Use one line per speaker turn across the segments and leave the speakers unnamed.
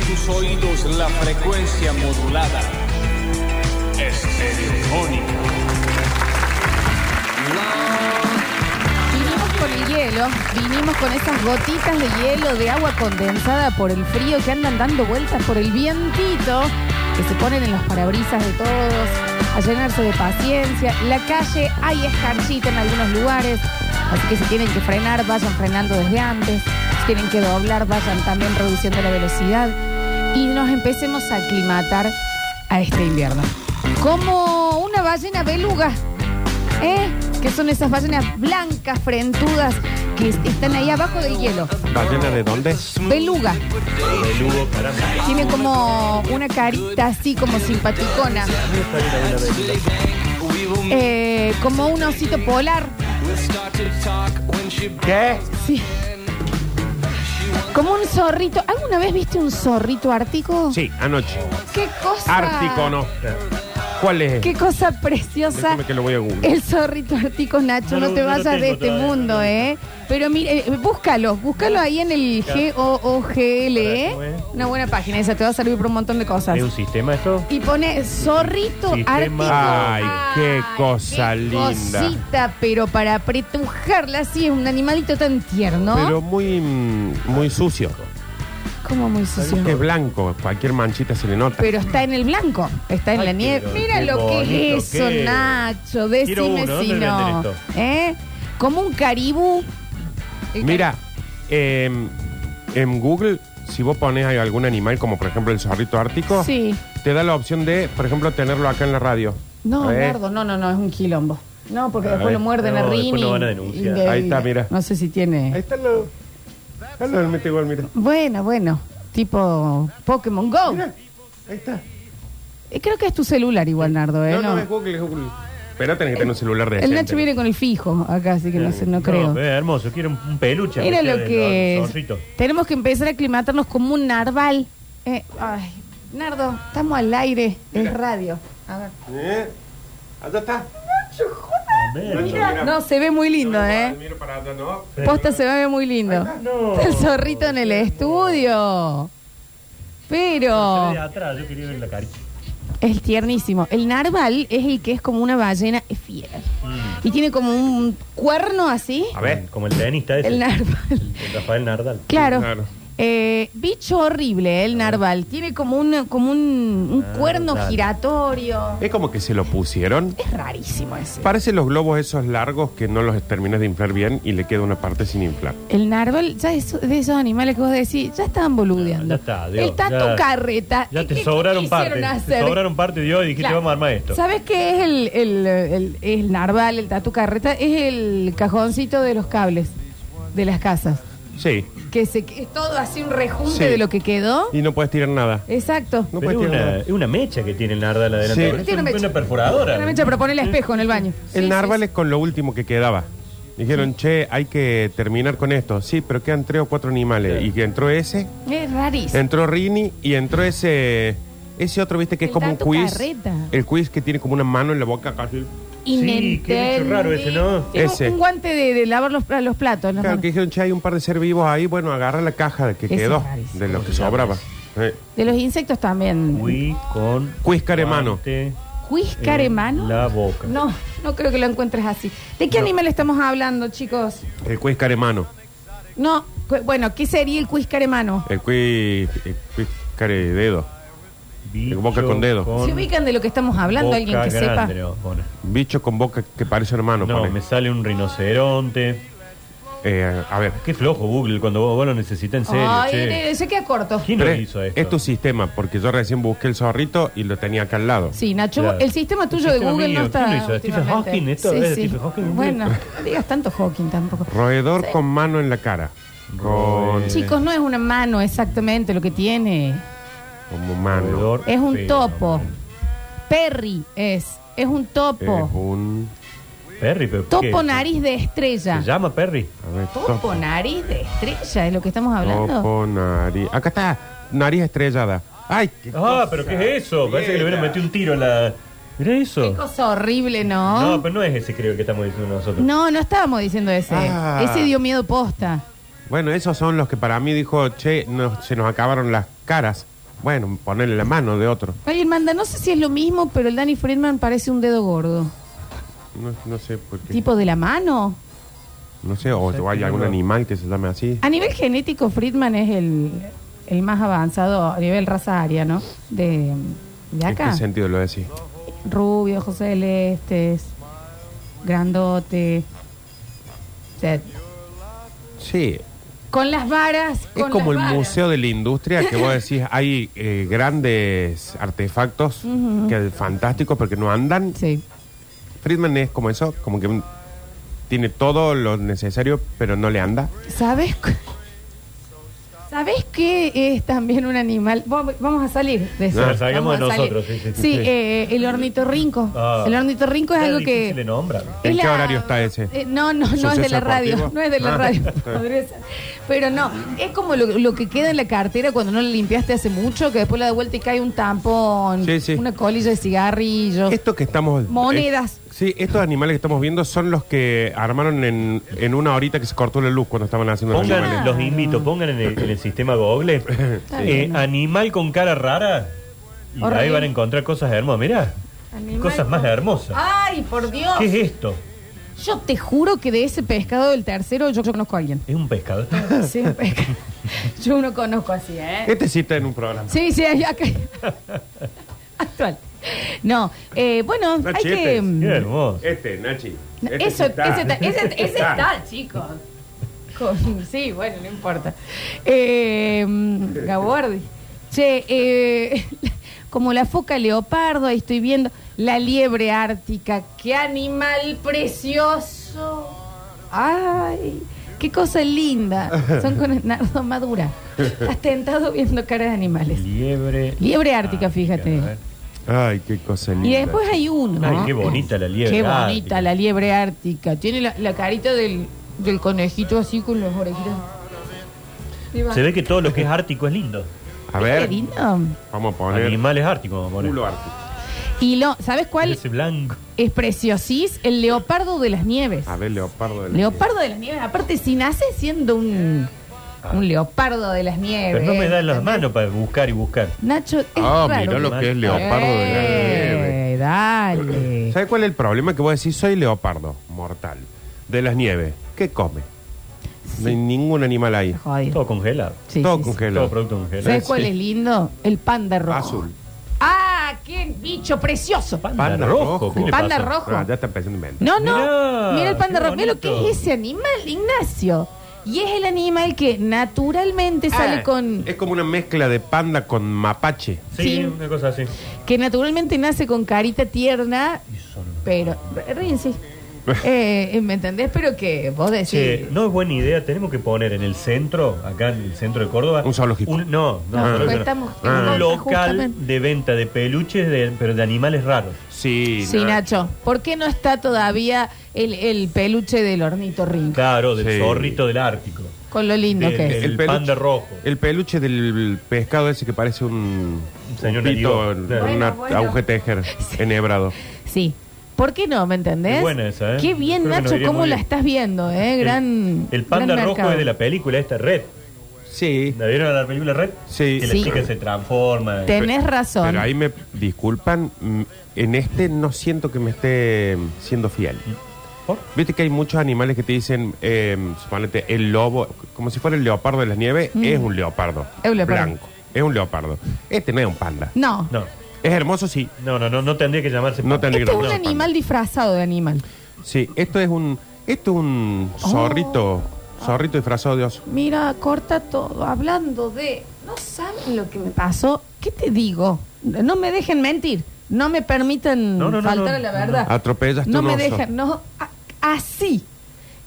tus oídos la frecuencia modulada. Estereofónica.
Vinimos con el hielo, vinimos con esas gotitas de hielo, de agua condensada por el frío que andan dando vueltas por el vientito, que se ponen en los parabrisas de todos, a llenarse de paciencia. La calle hay escarchita en algunos lugares, así que si tienen que frenar, vayan frenando desde antes. Si tienen que doblar, vayan también reduciendo la velocidad. Y nos empecemos a aclimatar a este invierno. Como una ballena beluga. ¿Eh? Que son esas ballenas blancas, frentudas, que est- están ahí abajo del hielo.
¿Ballena de dónde?
Beluga.
Belugo, caramba.
Tiene como una carita así como simpaticona. Eh, como un osito polar.
¿Qué?
Sí. Como un zorrito. ¿Alguna vez viste un zorrito ártico?
Sí, anoche.
¿Qué cosa?
Ártico, no. ¿Cuál es?
Qué cosa preciosa.
Déjame que lo voy a googlear.
El zorrito ártico, Nacho,
No
no,
lo-
te
no lo
vayas
tengo
de este
todavía,
mundo,
no lo
¿eh? Pero mire, eh, búscalo, búscalo ahí en el
Claro.
G-O-O-G-L,
Ahora, ¿cómo es?
¿eh? Una buena página, esa te va a servir para un montón de cosas.
¿Es un sistema esto?
Y pone zorrito
Sistema.
ártico.
Ay, qué cosa linda.
Cosita, pero para apretujarla así es un animalito tan tierno.
Pero muy, mm, muy sucio.
Como muy sucio.
Es blanco, cualquier manchita se le nota.
Pero está en el blanco, está en
Ay,
la nieve.
pero
Mira
qué
lo que es
bonito
eso,
que es.
Nacho. Decime
Quiero uno,
si
¿dónde
no.
venden
¿Eh? Como un caribú. El
Mira, em, en Google, si vos pones ahí algún animal, como por ejemplo el zorrito ártico,
cari- Sí.
te da la opción de, por ejemplo, tenerlo acá en la radio.
No,
A ver.
Nardo, no, no, no, es un quilombo. No, porque
A
después
ver.
lo muerden a
No, después
Rini.
lo van a denunciar.
Y de-
Ahí está, mira.
No sé si tiene.
está lo. Está lo del metegol, mira.
Bueno, bueno. Tipo Pokémon Go.
Ahí está.
Eh, Creo que es tu celular igual, Nardo, ¿eh? No.
Google, es Google. Pero tenés que tener un celular de
El Nacho viene con el fijo acá, así que no, sé, no creo.
es hermoso, quiero un, un peluche.
Mira lo que es.
Zorrito.
Tenemos que empezar a aclimatarnos como un narval. Eh, ay, Nardo, estamos al aire, es radio. A ver.
¿Eh? Allá está.
No, se ve muy lindo, ¿eh?
Miro para allá, ¿no?
Posta se ve muy lindo.
Ah, No.
Está el zorrito en el estudio. Pero
De atrás, yo quería ver la carita.
es tiernísimo. El narval es el que es como una ballena fiera.
Mm.
Y tiene como un cuerno así.
A ver.
Como el tenista ese.
El narval.
El Rafael Nardal.
Claro.
Claro.
Eh, bicho horrible, eh, el narval. Tiene como, una, como un, un cuerno
Ah, dale.
giratorio.
Es como que se lo pusieron.
Es rarísimo ese.
Parece los globos esos largos que no los terminas de inflar bien y le queda una parte sin inflar.
El narval, ya es de esos animales que vos decís, ya estaban boludeando.
Ah, Ya está, Dios,
El tanto
ya-
carreta.
Ya
¿qué-
te
qué-
sobraron
qué quisieron
parte. Te
hacer?
sobraron parte de hoy y dijiste,
Claro.
vamos a armar esto.
¿Sabes qué es el, el, el- el narval, el tatu carreta? Es el cajoncito de los cables de las casas.
Sí.
Que se, que es todo así un rejunte
Sí.
de lo que quedó.
Y no puedes tirar nada.
Exacto.
No
Pero
puedes
es
tirar
una,
nada.
es una mecha que tiene el Nardal adelante.
Sí.
Parece
Tiene una
un-
mecha.
una perforadora.
Una mecha, pero ponele espejo en el baño.
El
Sí,
narval
sí,
es con lo último que quedaba. Dijeron, che, hay que terminar con esto. Sí, pero quedan tres o cuatro animales. Y que entró ese,
sí. Es rarísimo.
entró Rini y entró ese ese otro, viste, que es
El
como un
Tatu
quiz.
Carreta.
El quiz que tiene como una mano en la boca casi.
Sí, qué bicho raro ese, ¿no?
Es un-
Ese.
un guante de, de lavar los, ah, los platos. las
Claro,
manos.
que dijeron, che, hay un par de ser vivos ahí. Bueno, agarra la caja que
Ese
quedó,
es rarísimo.
de lo que sobraba. Eh,
De los insectos también.
Cui con.
Cuis caremano.
guante
¿Cuiscar
en
hermano?
eh, La boca.
No, no creo que lo encuentres así. ¿De qué animal estamos hablando, chicos?
El quiz caremano.
No, cu- bueno, ¿qué sería el cuiscar hermano?
El quiz, el quiz care dedo.
Bicho
boca con dedo.
¿Se ubican de lo que estamos hablando?
boca
Alguien que
grande,
sepa.
no, pone.
Bicho con boca que parece hermano.
No,
pone.
me sale un rinoceronte.
Eh, a ver.
Qué flojo Google cuando vos, vos lo necesitas en serio.
Ay, eh,
che.
de- se queda corto.
¿Quién lo
Pero
hizo
es,
esto?
es tu sistema, porque yo recién busqué el zorrito y lo tenía acá al lado.
Sí, Nacho,
Claro.
el sistema tuyo
El
de
sistema
Google
mío,
no está.
¿quién lo hizo? Stephen
últimamente.
Hawking, esto es de Stephen Hawking.
Bueno, no digas tanto Hawking tampoco.
Roedor con mano en la cara. Con,
Roe-
Chicos, no es una mano exactamente lo que tiene.
como mano.
Roedor
Es un
feo.
topo. Perry es. Es un
Es
topo.
un.
Perry, pero ¿qué es
Topo
eso?
nariz de
¿Se
estrella.
llama Perry?
A ver,
Topo nariz de estrella es lo que estamos hablando.
Topo, nariz. Acá está. Nariz estrellada. ¡Ay! qué
Ah,
cosa.
pero ¿qué es eso? Parece que le hubieran metido un tiro en la... Mira
Qué
eso.
cosa horrible,
No,
¿no?
pero no es ese creo que estamos diciendo nosotros.
No, no estábamos diciendo ese.
Ah.
Ese dio miedo posta.
Bueno, esos son los que para mí dijo, che, no- se nos acabaron las caras. Bueno, ponerle la mano de otro.
Alguien manda, no sé si es lo mismo, pero el Danny Friedman parece un dedo gordo.
No, no sé por qué.
¿Tipo de la mano?
No sé, o, o hay algún animal que se llame así.
A nivel genético, Friedman es el, el más avanzado a nivel raza aria, ¿no? De, de
¿En
acá.
qué sentido lo decís?
Rubio, ojos celestes, grandote. O sea,
Sí.
con las varas.
Es
con
como el
las varas.
museo de la industria que vos decís, hay eh, grandes artefactos que fantásticos porque no andan.
Sí.
Friedman es como eso, como que un- tiene todo lo necesario, pero no le anda.
¿Sabes? cu- ¿Sabes qué es también un animal? Vam- Vamos a salir de eso.
No,
salgamos
Vamos
de
a salir.
nosotros, sí, sí, Ah. sí.
Sí, eh, el ornitorrinco. El ornitorrinco es algo que...
Le nombra.
¿En
Es
qué
la-
horario está ese?
Eh, no, no, no es de la
¿Suceso
radio.
deportivo?
No es de la
Ah,
radio.
está bien.
Podría ser. Pero no, es como lo, lo que queda en la cartera cuando no la limpiaste hace mucho, que después la de vuelta y cae un tampón,
Sí, sí.
una colilla de cigarrillo.
Esto que estamos...
Monedas.
eh, sí, estos animales que estamos viendo son los que armaron en, en una horita que se cortó la luz cuando estaban haciendo los
Pongan,
animales.
los invito, pongan en el, en el sistema Google eh,
bien.
animal con cara rara y ahí
Horrible.
van a encontrar cosas hermosas. Mira,
Animal
cosas más
con- Ah.
hermosas.
Ay, por Dios.
¿Qué es esto?
Yo te juro que de ese pescado del tercero yo conozco a alguien.
¿Es un pescado?
Sí, un pescado. Yo no conozco así, ¿eh?
Este sí está en un programa.
Sí, sí, hay acá. Actual. No, eh, bueno,
No,
hay
chiste.
que... mm,
Qué hermoso.
Este, Nachi.
No,
Este
Eso,
sí está.
Ese, está, ese, ese
Está.
está, chicos. Con- sí, bueno, no importa. Eh, mm, Gabordi. Che, eh, como la foca leopardo, ahí estoy viendo. La liebre ártica, qué animal precioso. Ay, qué cosa linda. Son con Nardo Madura. Has tentado viendo caras de animales.
Liebre.
Liebre ártica, fíjate.
Ah, a ver.
Ay, qué cosa linda.
Y después hay uno.
Ay, qué bonita la liebre
Qué
ártica.
bonita la liebre ártica. Tiene la, la carita del, del conejito así con los orejitas.
Se ve que todo lo que es ártico es lindo.
A ver,
Qué lindo.
vamos a poner
Animales árticos, vamos a poner.
culo ártico.
Y lo, ¿sabes cuál
Ese blanco.
es preciosís? El leopardo de las nieves.
A ver, leopardo del
Leopardo de las nieves. Aparte, si nace siendo un, un leopardo de las nieves.
Ah. Pero no me dan
eh,
las manos para buscar y buscar.
Nacho, es
Ah,
raro.
mirá lo que es leopardo de la nieve.
Eh, Dale.
¿Sabes cuál es el problema? Que vos decís, soy leopardo, mortal, de las nieves. ¿Qué come? No hay ningún animal ahí.
Jodido.
Todo congelado.
Sí, sí,
Todo
sí.
Todo
congelado.
producto congelado.
¿Sabes cuál es lindo? El panda rojo.
Azul.
¡Ah! ¡Qué bicho precioso!
Panda,
Panda rojo.
rojo. ¿qué le
Panda
pasa?
rojo.
Ah, ya está empezando a inventar.
No, no.
Mirá,
Mira el panda
qué
rojo. Mira lo
bonito.
que es ese animal, Ignacio. Y es el animal que naturalmente sale
Ah,
con.
Es como una mezcla de panda con mapache.
Sí,
Sí.
una cosa así.
que naturalmente nace con carita tierna,
Y son-
pero. Ríense. Eh, ¿Me entendés? Pero que vos decís.
Che, no es buena idea, tenemos que poner en el centro, acá en el centro de Córdoba,
Un zoológico.
un- no, no,
No,
zoológico
pues
no.
estamos-
Ah.
un local
justamente.
de venta de peluches, de- pero de animales raros.
Sí,
Sí, Nacho. ¿Por qué no está todavía el, el peluche del hornito rinco?
Claro, del
Sí.
zorrito del Ártico.
Con lo lindo
De-
que es.
El panda rojo.
El peluche del pescado ese que parece un,
Un señor
un pito,
narigote.
con
Bueno,
una
bueno.
aguja de tejer enhebrado.
Sí. ¿Por qué no? ¿Me entendés?
Es buena esa, ¿eh?
Qué bien,
Creo que nos
Nacho,
iría
cómo
muy
la
bien.
estás viendo, ¿eh? Gran.
El panda
gran
rojo
mercado.
es de la película esta Red.
Sí,
¿La vieron la película Red?
Sí.
Que la
Sí.
chica se transforma.
Tenés razón.
pero ahí me disculpan, mm, en este no siento que me esté mm, siendo fiel.
¿Por?
Viste que hay muchos animales que te dicen, eh, suponete, el lobo, como si fuera el leopardo de las nieves, es un leopardo.
Mm. Es un leopardo.
Blanco. Es un leopardo. Este no es un panda.
No.
No,
Es hermoso, sí.
no, no, no, no tendría que llamarse
No
panda.
tendría
Este es
que
un
llamarse panda.
animal disfrazado de animal.
Sí, esto es un, esto es un
Oh.
zorrito, zorrito disfrazado de oso.
Mira, corta todo. Hablando de. No saben lo que me pasó. ¿Qué te digo? No me dejen mentir. No me permitan
No, no, no,
faltar
no.
a la verdad.
Ah, Atropellaste
No
un
me
oso.
dejan. No, a- así.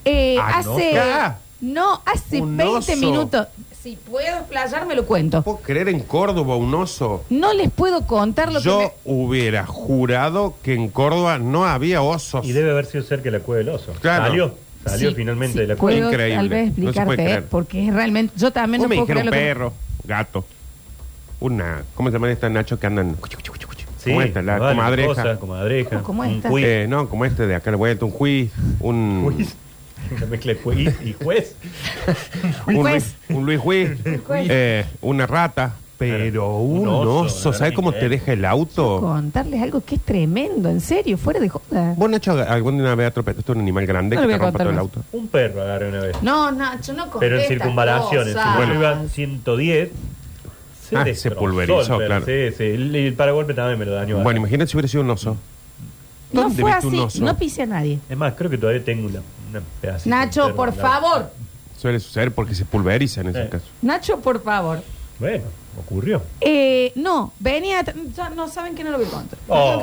Eh,
Ah, no.
hace.
Ah.
No, hace
Un
20
oso.
minutos. Si puedo explayar, me lo cuento.
¿Puedo creer en Córdoba un oso?
No les puedo contar lo
Yo
que. me-
hubiera jurado que en Córdoba no había osos.
Y debe haber sido cerca de la cueva del oso.
Claro.
Salió, salió
Sí,
finalmente
sí,
de la cueva.
puedo
Increíble.
Tal vez
No se puede
explicarte, eh,
creer.
porque es realmente. Yo también
Vos
no
me
puedo creer
dijeron
lo que-
perro, gato, una, ¿cómo se llaman estas Nacho que andan?
Sí,
¿Cómo esta? La
vale,
comadreja.
cosa, comadreja.
¿Cómo
un
esta?
cuy.
Eh, no, como este de acá le vuelta, un juiz, un,
Juiz. Una mezcla de juez y juez.
un,
Juiz.
Luis- un Luis Juiz,
juez.
eh, una rata. Pero un,
Un
oso,
oso, ¿verdad?
¿sabes cómo te deja el
Oh.
auto?
Contarles algo que es tremendo, en serio, fuera de joda.
¿Vos, Nacho, alguna vez atropellaste a un animal grande
No
que
le
te
voy a
rompa todo el
contar
auto?
Un perro agarré una vez.
No, Nacho, no contesta
Pero en circunvalaciones.
cosas.
Bueno, iba 110. Se
Ah, se
destrozó
pulverizó,
el perro,
claro.
Sí, sí. El, el paragolpe también me lo dañó.
Bueno, imagínate si hubiera sido un oso.
No
¿Dónde
fue
viste un
así,
oso?
no pise a nadie.
Es más, creo que todavía tengo una, una pedacito de
Nacho,
perro
por
al lado.
favor.
Suele suceder porque se pulveriza en ese
Eh.
caso.
Nacho, por favor.
Bueno, ocurrió.
Eh, no, venía. atr- ya no saben que no lo voy a contar.
Oh,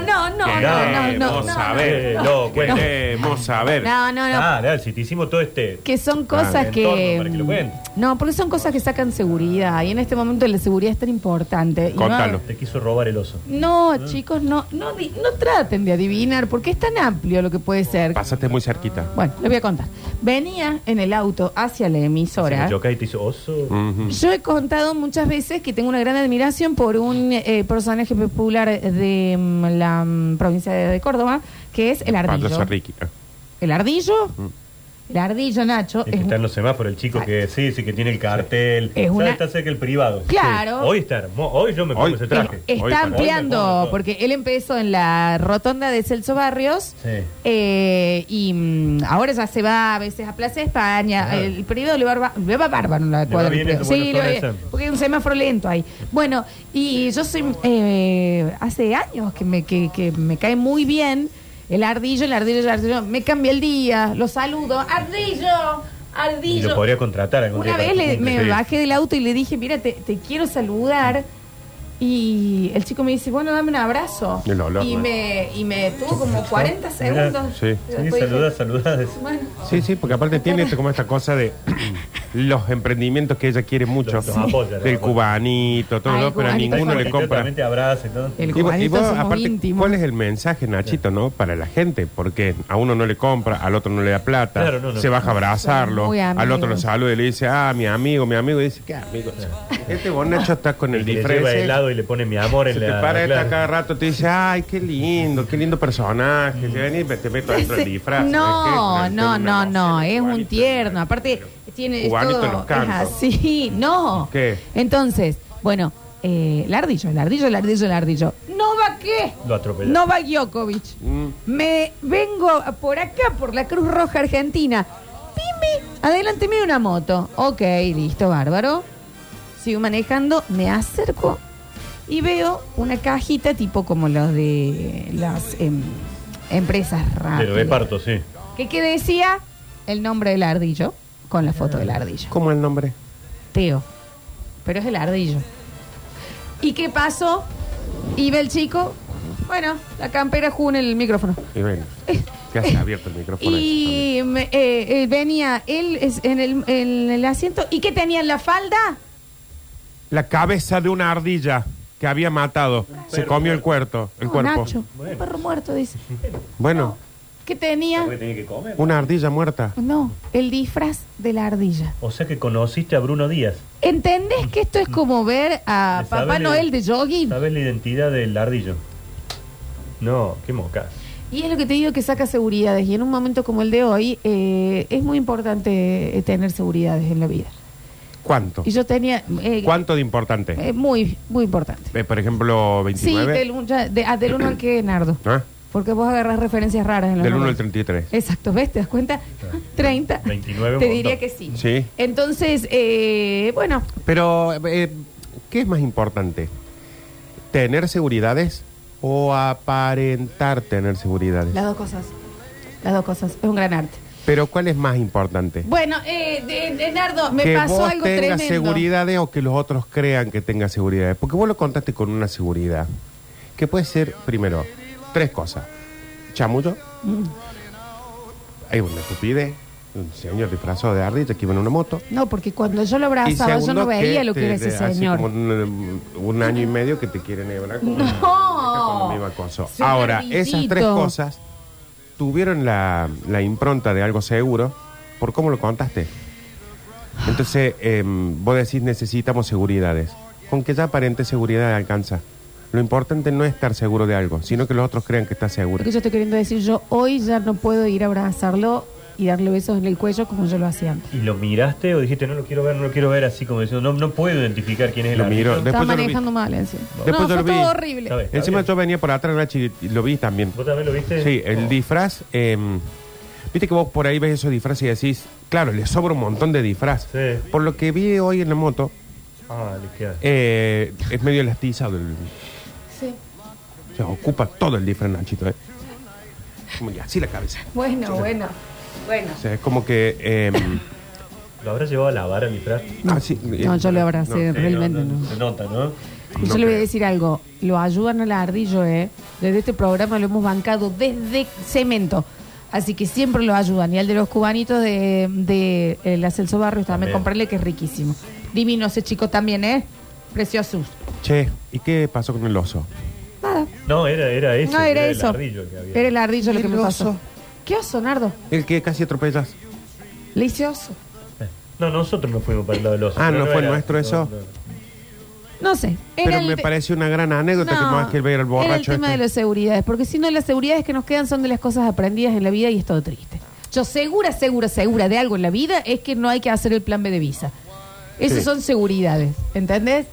No,
No, no, no, no, no, no, no,
Queremos
no.
saber.
no, no.
Queremos saber.
No, no, no.
Ah, claro, si te hicimos todo este.
Que son
Ah,
cosas
el
que.
entorno, para que lo cuente.
No, porque son cosas que sacan seguridad. Y en este momento la seguridad es tan importante. Y no-
Contalo.
Te quiso robar el oso.
No, chicos, no, no, di- no traten de adivinar, porque es tan amplio lo que puede ser.
Pasaste muy cerquita.
Bueno, les voy a contar. Venía en el auto hacia la emisora.
Se me chocó y te hizo oso.
Mm.
Ujú.
Yo he contado muchas veces que tengo una gran admiración por un eh, personaje popular de mm, la mm, provincia de, de Córdoba, que es el ardillo.
Payaso Ricky. Ah.
¿El ardillo? El ardillo, Nacho.
Mm.
es
El que
un- Ah.
está en los semáforos, el chico que sí, sí, que tiene el cartel.
Es
Es
una-
Está cerca el privado.
Claro.
Sí. Hoy está hermoso. Hoy yo me pongo
Hoy-
ese
es-
traje.
Hoy
está
para-
hoy me
ampliando,
pongo.
porque él empezó en la rotonda de Celso Barrios.
Sí.
eh, y mm, ahora ya se va a veces a Plaza España.
Claro.
El periodo le va, barba- le va bárbaro en la
va
cuadra. del
bien
Prado.
esa
sí,
buena
le va
zona
bien,
esa.
porque hay un semáforo lento ahí. Bueno, y yo soy. eh, hace años que me, que, que me cae muy bien el ardillo, el ardillo, el ardillo. Me cambia el día, lo saludo. ¡Ardillo!
Y
¡Ardillo!
lo podría contratar algún
Una
día para
vez
que
le-
cumpla.
me
sí.
bajé del auto y le dije, mira, te, te quiero saludar. Y el chico me dice, bueno, dame un abrazo.
El olor,
y,
¿no?
me, y me tuvo como 40
Mira,
segundos.
sí.
Y
Sí,
después
saludas,
dije,
saludas.
bueno,
Sí, sí, porque aparte tiene como esta cosa de los emprendimientos que ella quiere mucho.
Los- los apoya, los
Del
apoya.
cubanito, todo,
Ay,
todo, pero a
cubanito,
ninguno le
cubanito
compra.
Completamente abraza y todo.
El
Y, vos- y
cubanito
vos,
somos
aparte,
íntimos.
¿cuál es el mensaje, Nachito, no? Para la gente, porque a uno no le compra, al otro no le da plata,
Claro, no, no.
se baja a abrazarlo,
Muy amigos.
al otro lo saluda y le dice, ah, mi amigo, mi amigo, y dice, ¿qué amigo? Este vos, Nacho, estás con el
Y le lleva
disfraz.
helado y le pone mi amor
Se
en
te
la.
para esta
claro.
cada rato, te dice, ay, qué lindo, qué lindo
Mm.
personaje. Te ven y te meto dentro del
ese-
disfraz.
No,
¿sabes qué? Con
no,
el-
no,
con
no,
una
es
voz,
un
cubanito.
tierno. Aparte, tiene es
Cubanito
todo,
en los cantos.
es así, no.
¿Qué?
Entonces, bueno, eh, el ardillo, el ardillo, el ardillo, el ardillo. ¿No va qué?
Lo atropelló.
No va Djokovic.
mm,
Me vengo por acá, por la Cruz Roja Argentina. Pime, adelante mira una moto. Ok, listo, bárbaro. Sigo manejando, me acerco y veo una cajita tipo como los de las em, empresas
Del
rápidas.
reparto, sí.
¿Qué, ¿Qué decía? El nombre del ardillo, con la foto del ardillo.
¿Cómo es el nombre?
Teo. Pero es el ardillo. ¿Y qué pasó? Iba el chico. Bueno, la campera jugó en el micrófono.
Y bueno, ya se ha abierto el micrófono. ese
Y me- eh, eh, venía él es- en el, en el asiento. ¿Y qué tenía en la falda?
también. La cabeza de una ardilla que había matado. Se comió el cuerpo. El
No,
cuerpo.
Nacho, un
Bueno.
perro muerto, dice.
Bueno,
¿Qué tenía?
Porque tenía que comer.
una ardilla muerta.
No, el disfraz de la ardilla.
O sea que conociste a Bruno Díaz.
¿Entendés que esto es como ver a Ah,
Le
Papá
sabe-
Noel de jogging?
¿Sabes la identidad del ardillo? No, qué moca.
Y es lo que te digo que saca seguridades. Y en un momento como el de hoy, eh, es muy importante eh, tener seguridades en la vida.
¿Cuánto?
Y yo tenía. eh,
¿Cuánto de importante?
eh, muy, muy importante.
Eh, por ejemplo,
Sí,
29.
del, un- ya- de- ah, del 1 al que, Nardo.
¿Ah?
Porque vos agarrás referencias raras en los
Del 1 al
números.
33.
Exacto, ¿ves? ¿Te das cuenta? 30.
29 un
Te
montón.
diría que sí.
Sí.
Entonces, eh, bueno,
Pero, eh, ¿qué es más importante? ¿Tener seguridades o aparentar tener seguridades?
las dos cosas. Las dos cosas. Es un gran arte.
Pero, ¿cuál es más importante?
Bueno, eh, de- de- Nardo, me
que
pasó
vos
algo
tengas
tremendo.
seguridades o que los otros crean que tengas seguridades. Porque vos lo contaste con una seguridad. Que puede ser, primero, tres cosas. Chamullo.
Mm.
Hay una estupidez. Un señor disfrazado de ardilla que iba en una moto.
No, porque cuando yo lo abrazaba, yo no veía lo que era ese
hace
señor.
como un, eh, un año y medio que te quieren hebrar. como una- cuando
No.
me iba acoso.
Soy
Ahora,
ardillito.
esas tres cosas tuvieron la, la impronta de algo seguro por cómo lo contaste. Entonces, em, vos decís necesitamos seguridades. Con que ya aparente seguridad alcanza. Lo importante no es estar seguro de algo, sino que los otros crean que estás seguro.
Lo que yo estoy queriendo decir, yo hoy ya no puedo ir a abrazarlo y darle besos en el cuello como yo lo hacía antes.
¿Y lo miraste o dijiste, no lo quiero ver, no lo quiero ver, así como diciendo, no, no puedo identificar quién es el
Lo miro,
árbitro?
de-
Estaba
Después yo lo vi.
manejando mal encima.
Después
no,
yo
fue
lo vi.
todo horrible.
Está bien.
Encima yo venía por atrás, Nachi, y lo vi también.
¿Vos también lo viste?
Sí, el
Oh.
disfraz. eh, Viste que vos por ahí ves esos disfraces y decís, claro, le sobra un montón de disfraz.
Sí.
Por lo que vi hoy en la moto,
Ah, le queda.
eh, es medio elastizado. El,
Sí.
se ocupa todo el disfraz, Nachito. Eh. Como que así la cabeza.
Bueno, bueno, bueno.
O sea, es como que. eh,
¿Lo habrá llevado a lavar al disfraz?
no, sí,
No,
eh,
yo lo abracé,
Sí,
realmente
no,
no.
no, Se nota, ¿no?
Yo
No
le voy a
creo.
decir algo. Lo ayudan al ardillo, ¿eh? Desde este programa lo hemos bancado desde cemento. Así que siempre lo ayudan. Y al de los cubanitos de, de el Ascenso Barrios también,
También.
comprarle que es riquísimo. Divino ese chico también, ¿eh? Precioso.
Che, ¿y qué pasó con el oso?
Nada.
No, era, era ese.
no era,
el
eso.
ardillo que había.
Era el ardillo lo que
El
me pasó.
oso.
¿Qué oso, Nardo?
El que casi atropellas.
Le hice oso.
No, nosotros no fuimos para el lado del oso.
Ah,
pero
¿no fue
era-
nuestro eso?
No sé. Era
Pero
el
me
te-
parece una gran anécdota que
No,
más que el ver al borracho.
Era el tema
este.
de las seguridades, porque si no, las seguridades que nos quedan son de las cosas aprendidas en la vida y es todo triste. Yo segura, segura, segura de algo en la vida es que no hay que hacer el plan B de visa. Esas
Sí.
son seguridades, ¿entendés?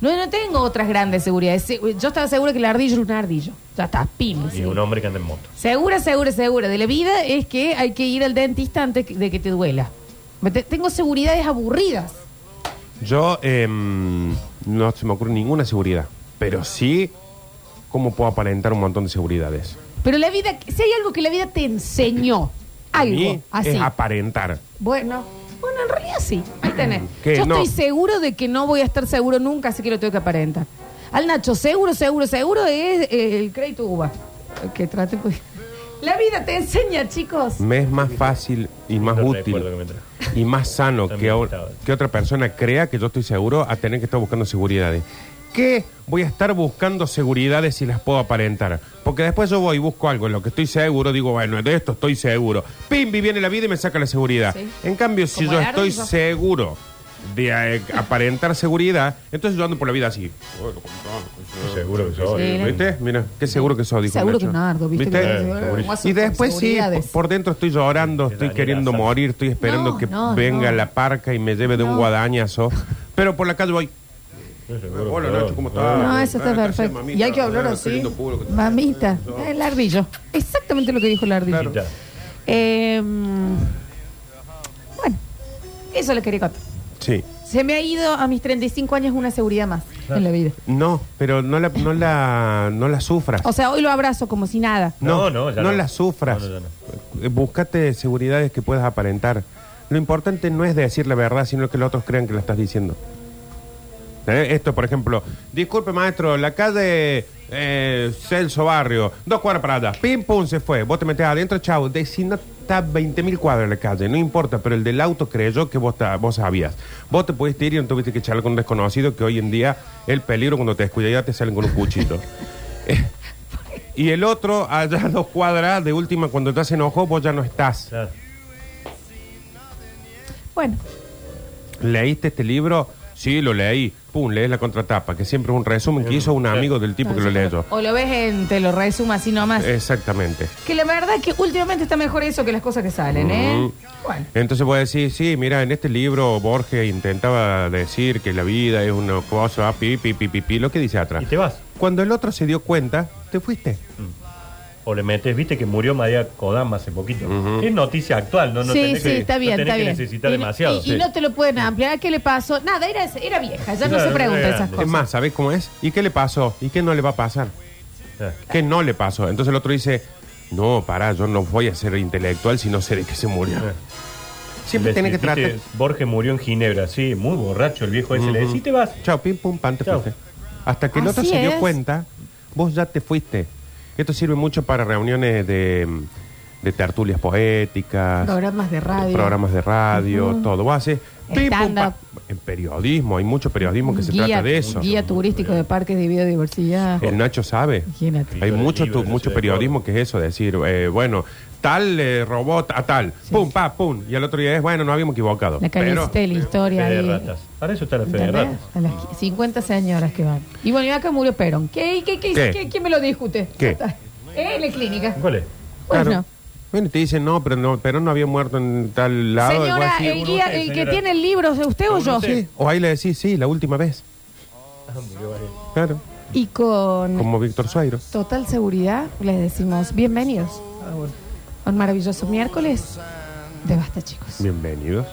No, no tengo otras grandes seguridades. Se- Yo estaba segura que el ardillo era un ardillo. Ya está, pin.
Y un hombre que anda en moto.
Segura, segura, segura de la vida es que hay que ir al dentista antes que- de que te duela. Me te- Tengo seguridades aburridas.
Yo em, no se me ocurre ninguna seguridad, pero sí cómo puedo aparentar un montón de seguridades.
Pero la vida, si hay algo que la vida te enseñó,
A
algo
mí
así.
Es aparentar.
Bueno, bueno, en realidad sí. Ahí tenés.
¿Qué?
Yo
No.
estoy seguro de que no voy a estar seguro nunca, así que lo tengo que aparentar. Al Nacho, seguro, seguro, seguro es eh, el crédito UBA. Que trate, pues. La vida te enseña, chicos.
Me es más fácil y más
No
útil
recuerdo que me entró.
y más sano
También
que, o-
estaba.
que otra persona crea que yo estoy seguro a tener que estar buscando seguridades. ¿Qué voy a estar buscando seguridades si las puedo aparentar? Porque después yo voy y busco algo en lo que estoy seguro, digo, bueno, de esto estoy seguro. Pimbi viene la vida y me saca la seguridad.
Sí.
En cambio, si
Como
yo
el
estoy
ardillo.
seguro de eh, aparentar seguridad, entonces yo ando por la vida así.
Seguro que yo.
Sí.
¿Viste? Mira, qué seguro que soy, dijo
seguro que
Nacho.
Nardo, ¿viste?
¿Viste?
Eh, ¿cómo hacen
Y
con
después sí,
seguridades?
por- por dentro estoy llorando, estoy
Daniel
queriendo
Azar.
morir, estoy esperando
No,
que
no,
venga
no.
la parca y me lleve de un
No.
guadañazo. Pero por la calle voy. Hola, Nacho, ¿cómo estás?
No,
Ah,
eso está
ah, gracias,
perfecto.
mamita.
Y hay que hablar
Ah, qué
así.
lindo puro que te-
Mamita,
Yo-
el ardillo. Exactamente lo que dijo el ardillo.
Claro.
Eh, bueno, eso le quería contar.
Sí.
Se me ha ido a mis 35 años una seguridad más en la vida.
No, pero no la, no la, no la sufras.
O sea, hoy lo abrazo como si nada.
No, no,
No, no, ya
no,
no.
las sufras.
No, no, ya
Eh, Búscate seguridades que puedas aparentar. Lo importante no es decir la verdad, sino que los otros crean que la estás diciendo. ¿Eh? Esto, por ejemplo, disculpe maestro, la calle eh, Celso Barrio, dos cuadras para allá, pim pum se fue, vos te metés adentro, chau, de, si no está 20.000 cuadras la calle, no importa, pero el del auto creyó que vos, ta- vos sabías. Vos te pudiste ir y no tuviste que charlar con un desconocido que hoy en día el peligro cuando te descuidas ya te salen con un cuchillo. Eh, Y el otro, allá a dos cuadras, de última, cuando te se enojó, vos ya no estás.
Claro.
Bueno,
¿Leíste este libro? Sí, lo leí. Pum, lees la contratapa, que siempre es un resumen que hizo un amigo del tipo que lo leyó.
o lo ves en te lo resuma así nomás.
Eh. Exactamente.
Que la verdad es que últimamente está mejor eso que las cosas que salen,
Mm.
¿eh? Bueno.
Entonces vos decís, sí, mira, en este libro Borges intentaba decir que la vida es una cosa, ah, pi, pi, pi, pi, pi, lo que dice atrás.
Y te vas.
Cuando el otro se dio cuenta, te fuiste.
O le metes, viste que murió María Kodama hace poquito. Es noticia actual, no, no
sí,
tenés
sí,
que,
está
no
bien,
tenés
está
que
bien.
necesitar
y, no-
demasiado.
y- y
sí.
no te lo pueden ampliar. ¿Qué le pasó? Nada, era, era vieja, ya no
Claro,
se pregunta
era
esas
grande.
cosas.
Es más, ¿sabés cómo es? ¿Y qué le pasó? ¿Y qué no le va a pasar?
Claro.
¿Qué no le pasó? Entonces el otro dice, no, pará, yo no voy a ser intelectual si no sé de qué se murió.
Claro.
Siempre
ah. Le
tiene que
decís,
tratar...
viste, Borges murió en Ginebra, sí, muy borracho el viejo ese. Le decís, te vas.
Chao, pim, pum, pan, te
Chao.
fuiste. Hasta que el otro
Así es.
se dio cuenta, vos ya te fuiste. Esto sirve mucho para reuniones de, de tertulias poéticas,
Programas de radio.
programas de radio, todo. Vos haces pim, pum,
Stand-up.
pan. En periodismo, hay mucho periodismo que se
Guía-
trata de eso.
Guía turístico de parques de biodiversidad.
El Nacho sabe.
Imagínate.
Hay
Libro de
mucho,
libro,
tu-
no
mucho
sé,
periodismo que es eso, decir, eh, bueno, tal eh, robot a tal, pum, pa, pum, y al otro día es, bueno, no habíamos equivocado.
La
Pero,
calicita de la historia.
Fede
ahí.
Ratas. Para eso está la Fede
¿Entendés?
Ratas.
A las qui- 50 señoras que van. Y bueno, y acá murió Perón. ¿Qué, qué, qué,
¿Qué?
qué- ¿Quién me lo discute?
¿Qué?
Eh, En la clínica.
¿Cuál es?
Bueno,
Claro. Bueno, y te dicen, no, pero no, pero no había muerto en tal lado. algo
Señora, eh,
así.
el
Según
guía,
usted,
el que
señora.
tiene el libro, ¿es usted o
Según
yo?
usted.
Sí, O ahí le decís, sí, la última vez.
Ah, murió ahí.
Claro.
Y con
Como Víctor Suairo.
total seguridad les decimos bienvenidos
Ah, bueno.
a un maravilloso miércoles de basta, chicos.
Bienvenidos.